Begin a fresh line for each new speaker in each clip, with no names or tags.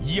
以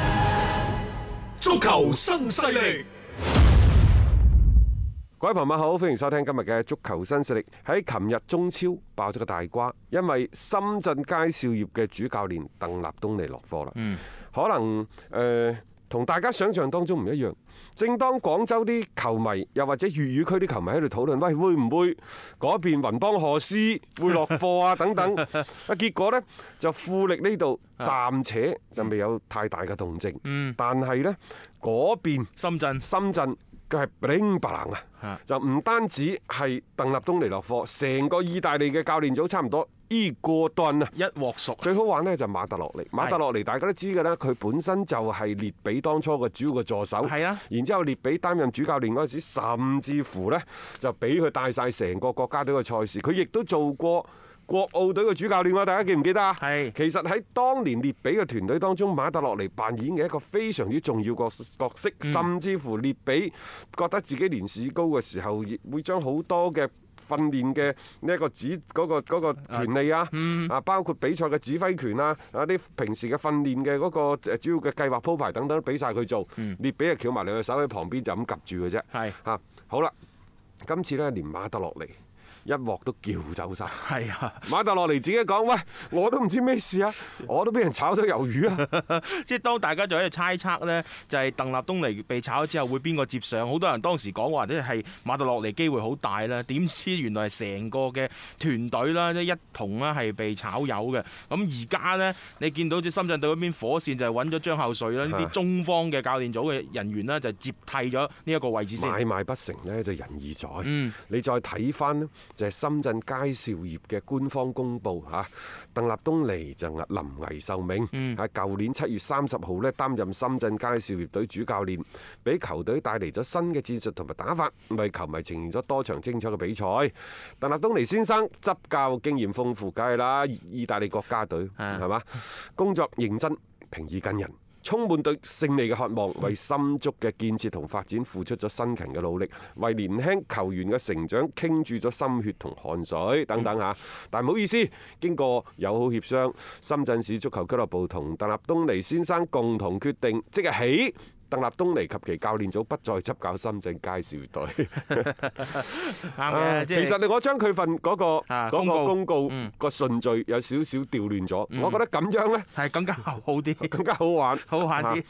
足球新勢力，
各位朋友好，歡迎收聽今日嘅足球新勢力。喺琴日中超爆咗個大瓜，因為深圳佳兆業嘅主教練鄧立東尼落課啦。可能誒同、大家想象當中唔一樣。正當廣州啲球迷，又或者粵語區啲球迷喺度討論，喂會唔會嗰邊雲邦賀斯會落課啊？等等。啊結果呢，就富力呢度暫且就未有太大嘅動靜。但係呢，嗰邊。
深圳
深圳佢係 bling bling 啊，就唔單止係鄧立東尼落課，成個意大利嘅教練組差唔多依過頓啊。
一鑊熟，
最好玩呢就馬特洛尼，馬特洛尼大家都知㗎啦，佢本身就係列比當初嘅主要嘅助手。
係啊
然之後列比擔任主教練嗰陣時，甚至乎呢就俾佢帶晒成個國家隊嘅賽事，佢亦都做過。國奧隊嘅主教練啊，大家記唔記得啊？
係
其實喺當年列比嘅團隊當中，馬特洛尼扮演嘅一個非常之重要角角色，甚至乎列比覺得自己年事高嘅時候，亦會將好多嘅訓練嘅呢一個指嗰、個嗰、個權利啊，啊包括比賽嘅指揮權啊，啊啲平時嘅訓練嘅嗰個誒主要嘅計劃鋪排等等，都俾晒佢做。列比啊，翹埋兩隻手喺旁邊就咁及住嘅啫。
係
嚇、好啦，今次呢，連馬特洛尼一鑊都叫走晒。
係啊！
馬特洛尼自己講：喂，我都唔知咩 事啊，我都俾人炒咗魷魚啊！
即係當大家仲喺度猜測呢，就係鄧立東尼被炒咗之後會邊個接上？好多人當時講話，即係馬特洛尼機會好大啦。點知原來係成個嘅團隊啦，即一同啦係被炒魷嘅。咁而家呢，你見到即深圳隊嗰邊火線就係揾咗張後
啊
瑞啦，呢啲中方嘅教練組嘅人員啦，就接替咗呢一個位置先。
買賣不成呢，就仁義在。
嗯
你再睇翻呢，就係深圳佳兆業嘅官方公佈嚇，鄧立東尼就臨危受命。
嗯
喺舊年七月三十號呢，擔任深圳佳兆業隊主教練，俾球隊帶嚟咗新嘅戰術同埋打法，為球迷呈現咗多場精彩嘅比賽。鄧立東尼先生執教經驗豐富，梗係啦，意大利國家隊
啊
係嘛，工作認真，平易近人。充滿對勝利嘅渴望，
嗯
為深足嘅建設同發展付出咗辛勤嘅努力，為年輕球員嘅成長傾注咗心血同汗水等等嚇。
嗯
但唔好意思，經過友好協商，深圳市足球俱樂部同鄧立東尼先生共同決定，即日起。鄧立東尼及其教練組不再執教深圳佳兆隊。
啱
啊
嘅，
其
即係
實我將佢份嗰個
啊
嗰個
公
公告
嗯
個順序有少少調亂咗，我覺得咁樣呢
係更加好啲，
更加 好玩。
好玩啲。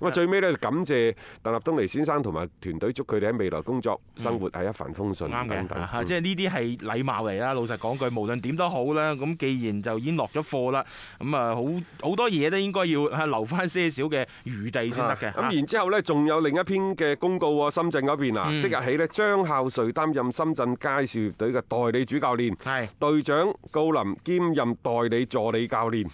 咁啊，最尾咧感謝鄧立東尼先生同埋團隊，祝佢哋喺未來工作生活係一帆風順
啱
等
嘅，啊
等。
即係呢啲係禮貌嚟啦。老實講句，無論點都好啦。咁既然就已經落咗課啦，咁啊好好多嘢都應該要啊留翻些少嘅餘地先得嘅。
咁然之後呢，仲有另一篇嘅公告喎，深圳嗰邊啊，
嗯
即日起呢，張孝瑞擔任深圳佳兆業隊嘅代理主 教練，
啊係
隊長郜林兼任代理助理教練，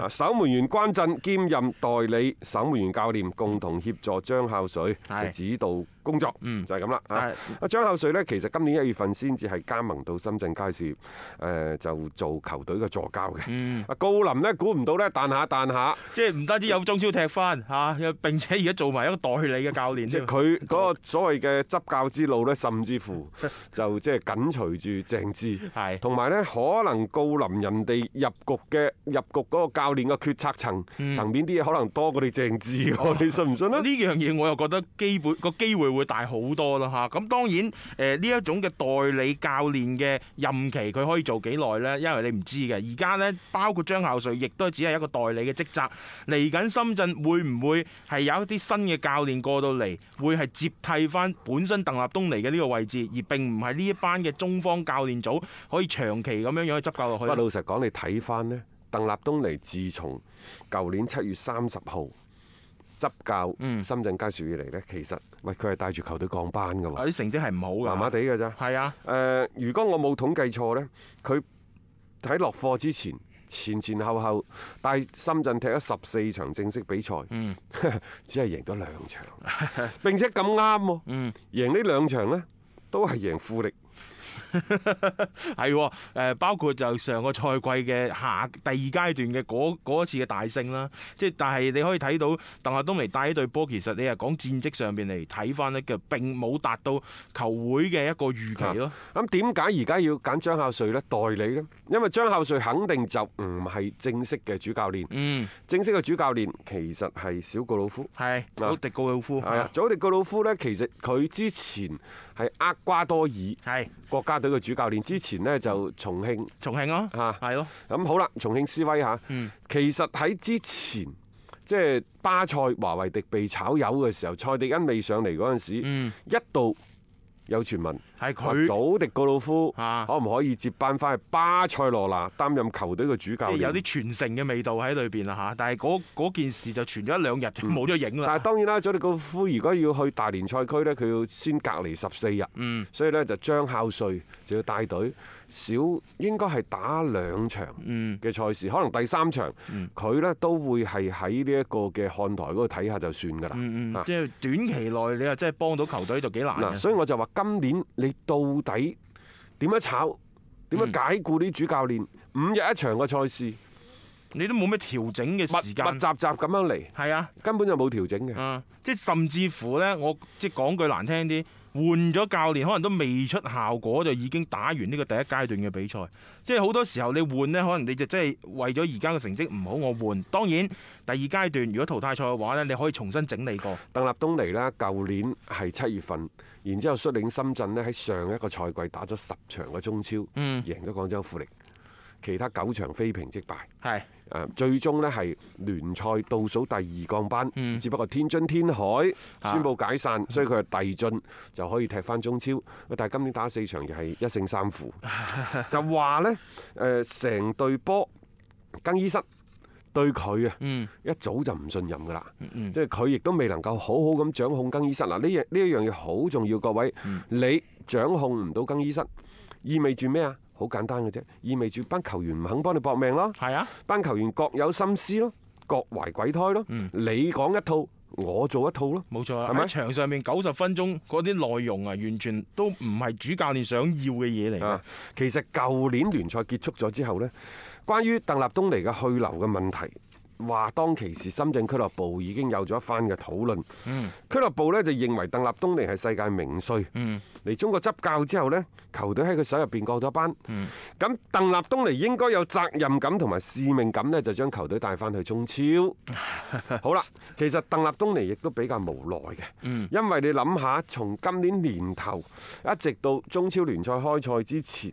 啊守門員關震兼任代理守門員教練，共同協助張孝瑞
係
嘅指導工作，
嗯
就係咁啦。啊
係
啊張孝瑞呢，其實今年一月份先至係加盟到深圳佳兆業，誒、就做球隊嘅助教嘅。
嗯，
阿高林呢，估唔到呢，彈下彈下，
即係唔單止有中超踢翻嚇，又並且而家做埋一個代理嘅教練
即
添
係。佢嗰個所謂嘅執教之路呢，甚至乎就即係緊隨住鄭智。
係
同埋呢，可能郜林人哋入局嘅入局嗰個教練嘅決策層、層面啲嘢，可能多過你鄭智喎，你信唔信
呢
啊？
樣嘢我又覺得基本個機會會大好多啦嚇。咁當然誒呢一種嘅代理教練嘅任期佢可以做幾耐呢？因為你唔知嘅。而家呢，包括張孝瑞亦都只係一個代理嘅職責。嚟緊深圳會唔會係有一啲啲新嘅教練過到嚟，會係接替翻本身鄧立東尼嘅呢個位置，而並唔係呢一班嘅中方教練組可以長期咁樣樣去執教落
不過
去
老。實講，啊你睇翻呢，鄧立東尼自從舊年七月三十號執
嗯
教深圳佳兆以嚟呢，其實喂佢係帶住球隊降班嘅
啊
喎，
啲成績係唔好㗎，
麻麻地嘅咋。
係啊，
誒、如果我冇統計錯呢，佢喺落課之前前前後後帶深圳踢咗十四場正式比賽，
嗯
只係贏咗兩 場，並且咁啱喎，
嗯
贏呢兩場呢，都係贏富力。
係喎，誒包括就上個賽季嘅下第二階段嘅嗰嗰一次嘅大勝啦，即係但係你可以睇到鄧亞東尼帶呢隊波，其實你係講戰績上邊嚟睇翻呢，嘅並冇達到球會嘅一個預期咯。
咁點解而家要揀張孝瑞呢？代理呢？因為張孝瑞肯定就唔係正式嘅主教練，
嗯，
正式嘅主教練其實係小告魯夫。
係，
啊
好迪告魯夫，
係啊，祖迪告魯夫呢，其實佢之前係厄瓜多爾
係
國家隊嘅主教練，之前呢就重慶
重慶咯，
嚇。
係咯，
咁好啦，重慶斯威嚇，其實喺之前即係巴塞華維迪被炒魷嘅時候，蔡迪恩未上嚟嗰陣時，一度有傳聞。
係
佢
佢。
祖迪告魯夫
啊
可唔可以接班翻去巴塞羅那擔任球隊嘅主教
即係
練？
有啲傳承嘅味道喺裏邊啦嚇，但係嗰嗰件事就傳咗一兩日就冇咗影
嗯但
啦
係。當然啦，佐迪高夫如果要去大連賽區呢，佢要先隔離十四日，
嗯
所以呢，就張孝瑞就要帶隊，少應該係打兩場
嗯
嘅賽事，可能第三場佢呢都會係喺呢一個嘅看台嗰度睇下就算㗎啦。
嗯
啊
嗯，即係短期內你又真係幫到球隊就幾難
嗱，
嘅。
所以我就話今年你到底點樣炒？點
嗯
樣解僱啲主教練？五日一場嘅賽事，密
你都冇咩調整嘅
密
時
集集
間。
咁樣嚟，
係啊，
根本就冇調整嘅。
啊，即係甚至乎呢，我即係講句難聽啲，換咗教練可能都未出效果，就已經打完呢個第一階段嘅比賽。即係好多時候你換呢，可能你就真係為咗而家嘅成績唔好，我換。當然第二階段如果淘汰賽嘅話呢，你可以重新整理過。
鄧立東尼呢，舊年係七月份，然之後率領深圳呢，喺上一個賽季打咗十場嘅中超，
嗯
贏咗廣州富力，其他九場非平即敗。
係
誒，最終呢係聯賽倒數第二降班，
嗯
只不過天津天
啊
海宣布解散，所以佢係遞進就可以踢翻中超。但係今年打四場又係一勝 三負，就話呢，誒成隊波更衣室對佢啊，
嗯
一早就唔信任噶啦，即係佢亦都未能夠好好咁掌控更衣室。嗱，呢樣呢一樣嘢好重要，各位，你掌控唔到更衣室，意味住咩啊？好簡單嘅啫，意味住班球員唔肯幫你搏命咯。
係啊，
班球員各有心思咯，各懷鬼胎咯。你講一套，我做一套咯。
冇錯啊。
係咪
喺場上面九十分鐘嗰啲內容啊，完全都唔係主教練想要嘅嘢嚟嘅
啊。，其實舊年聯賽結束咗之後呢，關於鄧立東尼嘅去留嘅問題，話當其時深圳俱樂部已經有咗一番嘅討論。俱樂部呢就認為鄧立東尼係世界名帥。嚟中國執教之後呢，球隊喺佢手入邊過咗班。咁鄧立東尼應該有責任感同埋使命感呢，就將球隊帶翻去中超。好啦，其實鄧立東尼亦都比較無奈嘅，因為你諗下，從今年年頭一直到中超聯賽開賽之前，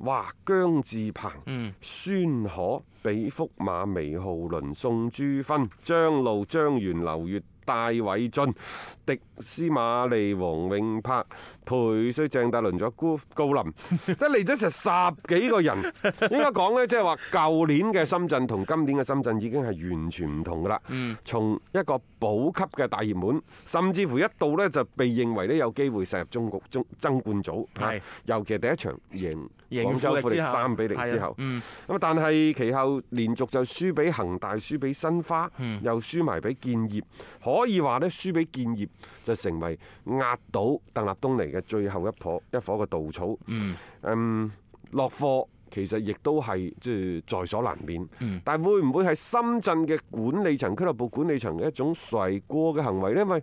哇，姜志鵬、孫可、比福馬、微浩倫、宋朱芬、張路、張元、劉月。戴偉俊、迪斯馬利、黃永柏、裴雖、鄭達倫，仲有高高林，即係嚟咗成十幾個人。應該講呢，即係話舊年嘅深圳同今年嘅深圳已經係完全唔同噶啦。從一個保級嘅大熱門，甚至乎一度呢就被認為呢有機會殺入中國中爭冠組。
係
啊尤其係第一場贏
贏
廣州
富
富
力
力
之後
三比零之
係啊
後，咁啊但係其後連續就輸俾恒大、輸俾申花，
嗯
又輸埋俾建業，可以話呢，輸俾建業就成為壓倒鄧立東尼嘅最後一棵一棵嘅稻草。嗯，落課其實亦都係即係在所難免。
嗯
但係會唔會係深圳嘅管理層、俱樂部管理層嘅一種甩鍋嘅行為呢？因為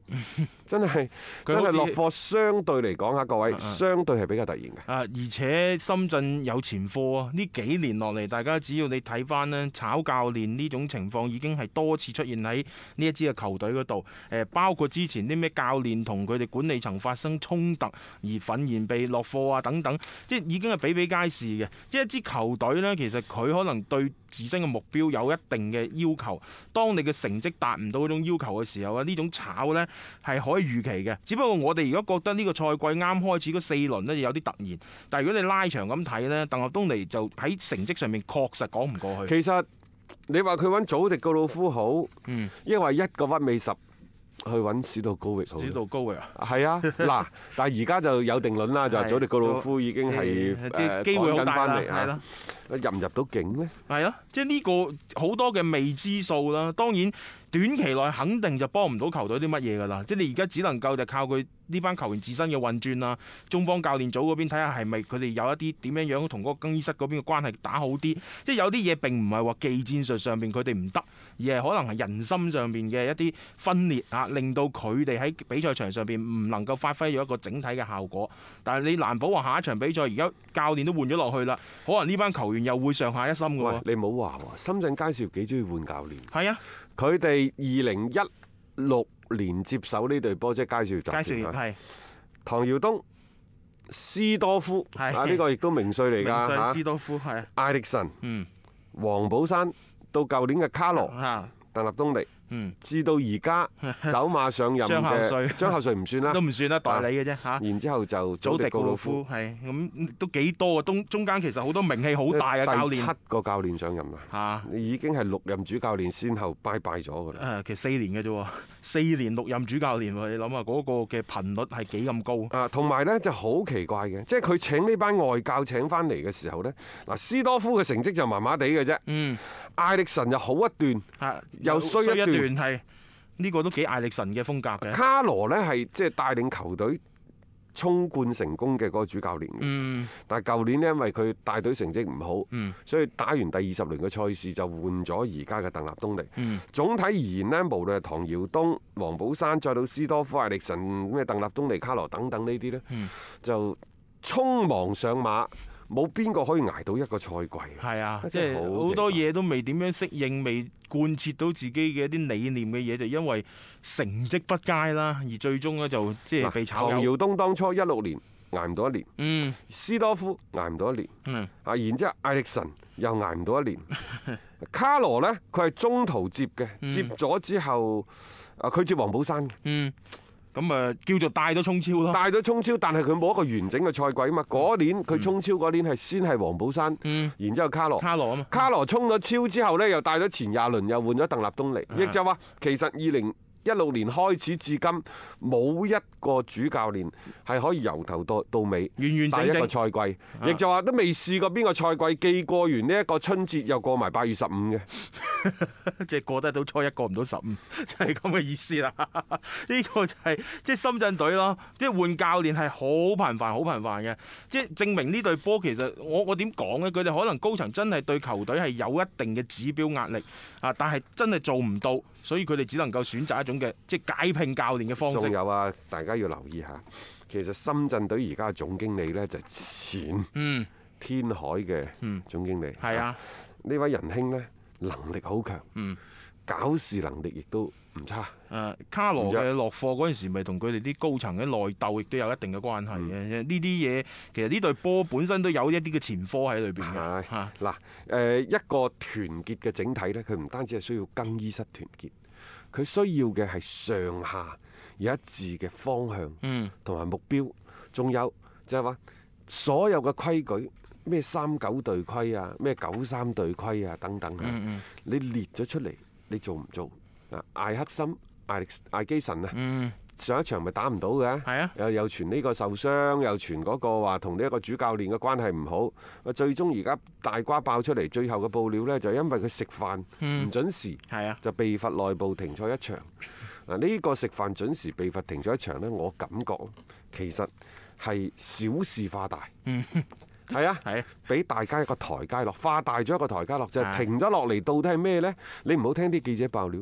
真係
佢
真
好似嗯
係落課，相對嚟講嚇啊各位，相對係比較突然嘅。
啊！而且深圳有前科啊！呢幾年落嚟，大家只要你睇翻呢炒教練呢種情況已經係多次出現喺呢一支嘅球隊嗰度。誒，包括之前啲咩教練同佢哋管理層發生衝突而憤然被落課啊等等，即係已經係比比皆是嘅。即係一支支球隊呢，其實佢可能對自身嘅目標有一定嘅要求。當你嘅成績達唔到嗰種要求嘅時候啊，呢種炒呢係可以預期嘅。只不過我哋而家覺得呢個賽季啱開始嗰四輪呢有啲突然，但係如果你拉長咁睇呢，鄧立東尼就喺成績上面確實講唔過去。
其實你話佢揾祖迪告魯夫好，
嗯，
因為一個屈美十去揾史道高域好。
指導高嘅啊，
係啊，嗱，但係而家就有定論啦，就係
係
祖迪告魯夫已經係
即
誒
係機會好
趕
啊
緊
大
翻
啦，
嚟
係啦
嚇。，入唔入到境呢？
係咯，即係呢個好多嘅未知數啦。當然短期內肯定就幫唔到球隊啲乜嘢㗎啦。即係你而家只能夠就靠佢呢班球員自身嘅運轉啦。中方教練組嗰邊睇下係咪佢哋有一啲點樣樣同嗰個更衣室嗰邊嘅關係打好啲。即係有啲嘢並唔係話技戰術上邊佢哋唔得，而係可能係人心上邊嘅一啲分裂啊，令到佢哋喺比賽場上邊唔能夠發揮咗一個整體嘅效果。但係你難保話下一場比賽而家教練都換咗落去啦，可能呢班球員又會上下一心㗎喎
喂，。你唔好話喎，深圳佳兆業幾中意換教練。
係啊，
佢哋二零一六年接手呢隊波，即係佳兆業集團
介紹
啊
係
唐耀東、斯多夫
係
啊，呢個亦都名帥嚟
名帥
㗎
斯
嚇。
多夫係
艾力神、
嗯
黃寶山到舊年嘅卡羅、
嚇
鄧立東尼，
嗯
至到而 家走馬上任
張
嘅
孝瑞
張孝瑞唔算啦
都。唔算啦，代理嘅啫嚇。
然之後就
祖迪
啊告
告魯夫係咁都幾多啊，中中間其實好多名氣好大嘅教
第
練
七個教練上任啦，啊
嚇。
已經係六任主教練先後拜拜咗㗎啦。
誒，其實四年嘅啫喎， 四年六任主教練喎，你諗下嗰個嘅頻率係幾咁高？
啊，同埋呢就好奇怪嘅，即係佢請呢班外教請翻嚟嘅時候呢，嗱斯多夫嘅成績就麻麻地嘅啫，
嗯，啊
艾力神又好一段，
嚇
又衰一段啊
係呢個都幾艾力神嘅風格嘅。
卡羅呢係即係帶領球隊衝冠成功嘅嗰個主教練嘅，
嗯
但係舊年呢，因為佢帶隊成績唔好，
嗯
所以打完第二十輪嘅賽事就換咗而家嘅鄧立東尼。
嗯，
總體而言呢，無論係唐耀東、黃寶山，再到斯多夫、艾力神、咩鄧立東尼、卡羅等等呢啲呢，
嗯
就匆忙上馬，冇邊個可以捱到一個賽季。
係啊，即
真
係
係好
好多
奇怪
嘢都未點樣適應，未貫徹到自己嘅一啲理念嘅嘢，就因為成績不佳啦，而最終咧就即係被炒
嗱唐
魷。
耀東當初一六年捱唔到一年，
嗯
斯多夫捱唔到一年，
嗯，
啊，然之後艾力神又捱唔到 一年，卡羅呢，佢係中途接嘅，接咗之後。啊！佢接黃寶山嘅，
嗯，咁啊叫做帶咗衝超咯。
帶咗衝超，但係佢冇一個完整嘅賽季啊嘛。嗰年佢衝超嗰年係先係黃寶山，
嗯，
然之後卡羅，
卡羅啊嘛，
卡羅衝咗超之後呢，又帶咗前廿輪，又換咗鄧立東尼，亦就話其實二零一六年開始至今，冇一個主教練係可以由頭到到尾。
完
帶
完
一
整
個
整。
賽季，亦就話都未試過邊個賽季既過完呢一個春節，又過埋八月十五嘅。
即係過得到初一過唔到十五， 就係咁嘅意思啦。 呢個就係即係深圳隊咯，即係換教練係好頻繁、好頻繁嘅，即係證明呢隊波其實我我點講呢？佢哋可能高層真係對球隊係有一定嘅指標壓力啊，但係真係做唔到，所以佢哋只能夠選擇一種嘅即係解聘教練嘅方
仲
式。
有啊，大家要留意下，其實深圳隊而家嘅總經理呢，就係前
嗯，
天海嘅
嗯
總經理。
係啊，
呢位仁兄呢，能力好強，
嗯
搞事能力亦都唔差。
誒、啊卡羅嘅落課嗰陣時，咪同佢哋啲高層嘅內鬥，亦都有一定嘅關係嘅。呢啲嘢其實呢隊波本身都有一啲嘅前科喺裏邊嘅
係
啊嚇。
嗱，誒一個團結嘅整體呢，佢唔單止係需要更衣室團結，佢需要嘅係上下有一致嘅方向，
嗯
同埋目標，仲有就係話所有嘅規矩，咩三九隊規啊，咩九三隊規啊等等啊，
嗯
你列咗出嚟，你做唔做？嗱，艾克森、艾力斯艾基神啊，
嗯，
上一場咪打唔到嘅。
係啊，
又又傳呢個受傷，又傳嗰個話同呢一個主教練嘅關係唔好，最終而家大瓜爆出嚟，最後嘅報料呢，就因為佢食飯唔準時，
嗯係啊，
就被罰內部停賽一場。嗱，呢個食飯準時被罰停賽一場呢，我感覺其實係小事化大。係啊，
係啊
俾大家一個台階落，化大咗一個台階落，就係
係
停咗落嚟，到底係咩呢？你唔好聽啲記者爆料，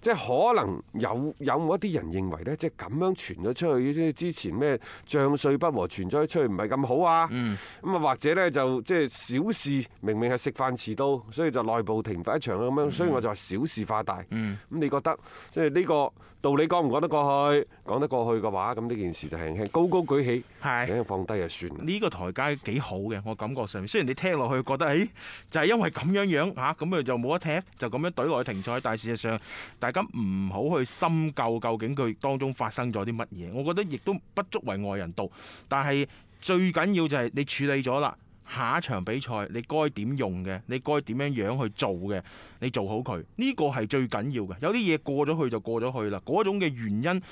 即係可能有有冇一啲人認為呢，即係咁樣傳咗出去，即係之前咩將帥不和傳咗出去唔係咁好啊。
嗯
咁啊，或者呢，就即係小事，明明係食飯遲到，所以就內部停擺一場啊咁
嗯
樣，所以我就話小事化大。咁你覺得即係呢個道理講唔講得過去？講得過去嘅話，咁呢件事就輕輕高高舉起，
係
輕輕放低就算啦。
呢個台階幾好嘅，我感覺上面。雖然你聽落去覺得，誒、就係、因為咁樣樣嚇，咁啊就冇得踢，就咁樣懟落去停賽。但係事實上，大家唔好去深究究竟佢當中發生咗啲乜嘢。我覺得亦都不足為外人道。但係最緊要就係你處理咗啦。下一場比賽你該點用嘅，你該點樣樣去做嘅，你做好佢，呢個係最緊要嘅。有啲嘢過咗去就過咗去啦，嗰種嘅原因，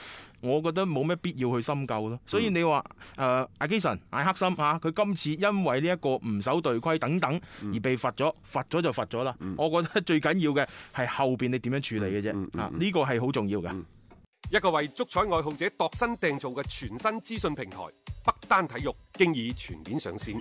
我覺得冇咩必要去深究咯。所以你話誒阿基神、艾克森嚇，佢今次因為呢一個唔守隊規等等
嗯
而被罰咗，罰咗就罰咗啦。我覺得最緊要嘅係後邊你點樣處理嘅啫
嗯嗯，嗯
啊呢個係好重要嘅。
一個為足彩愛好者度身訂造嘅全新資訊平台北單體育，經已全面上線。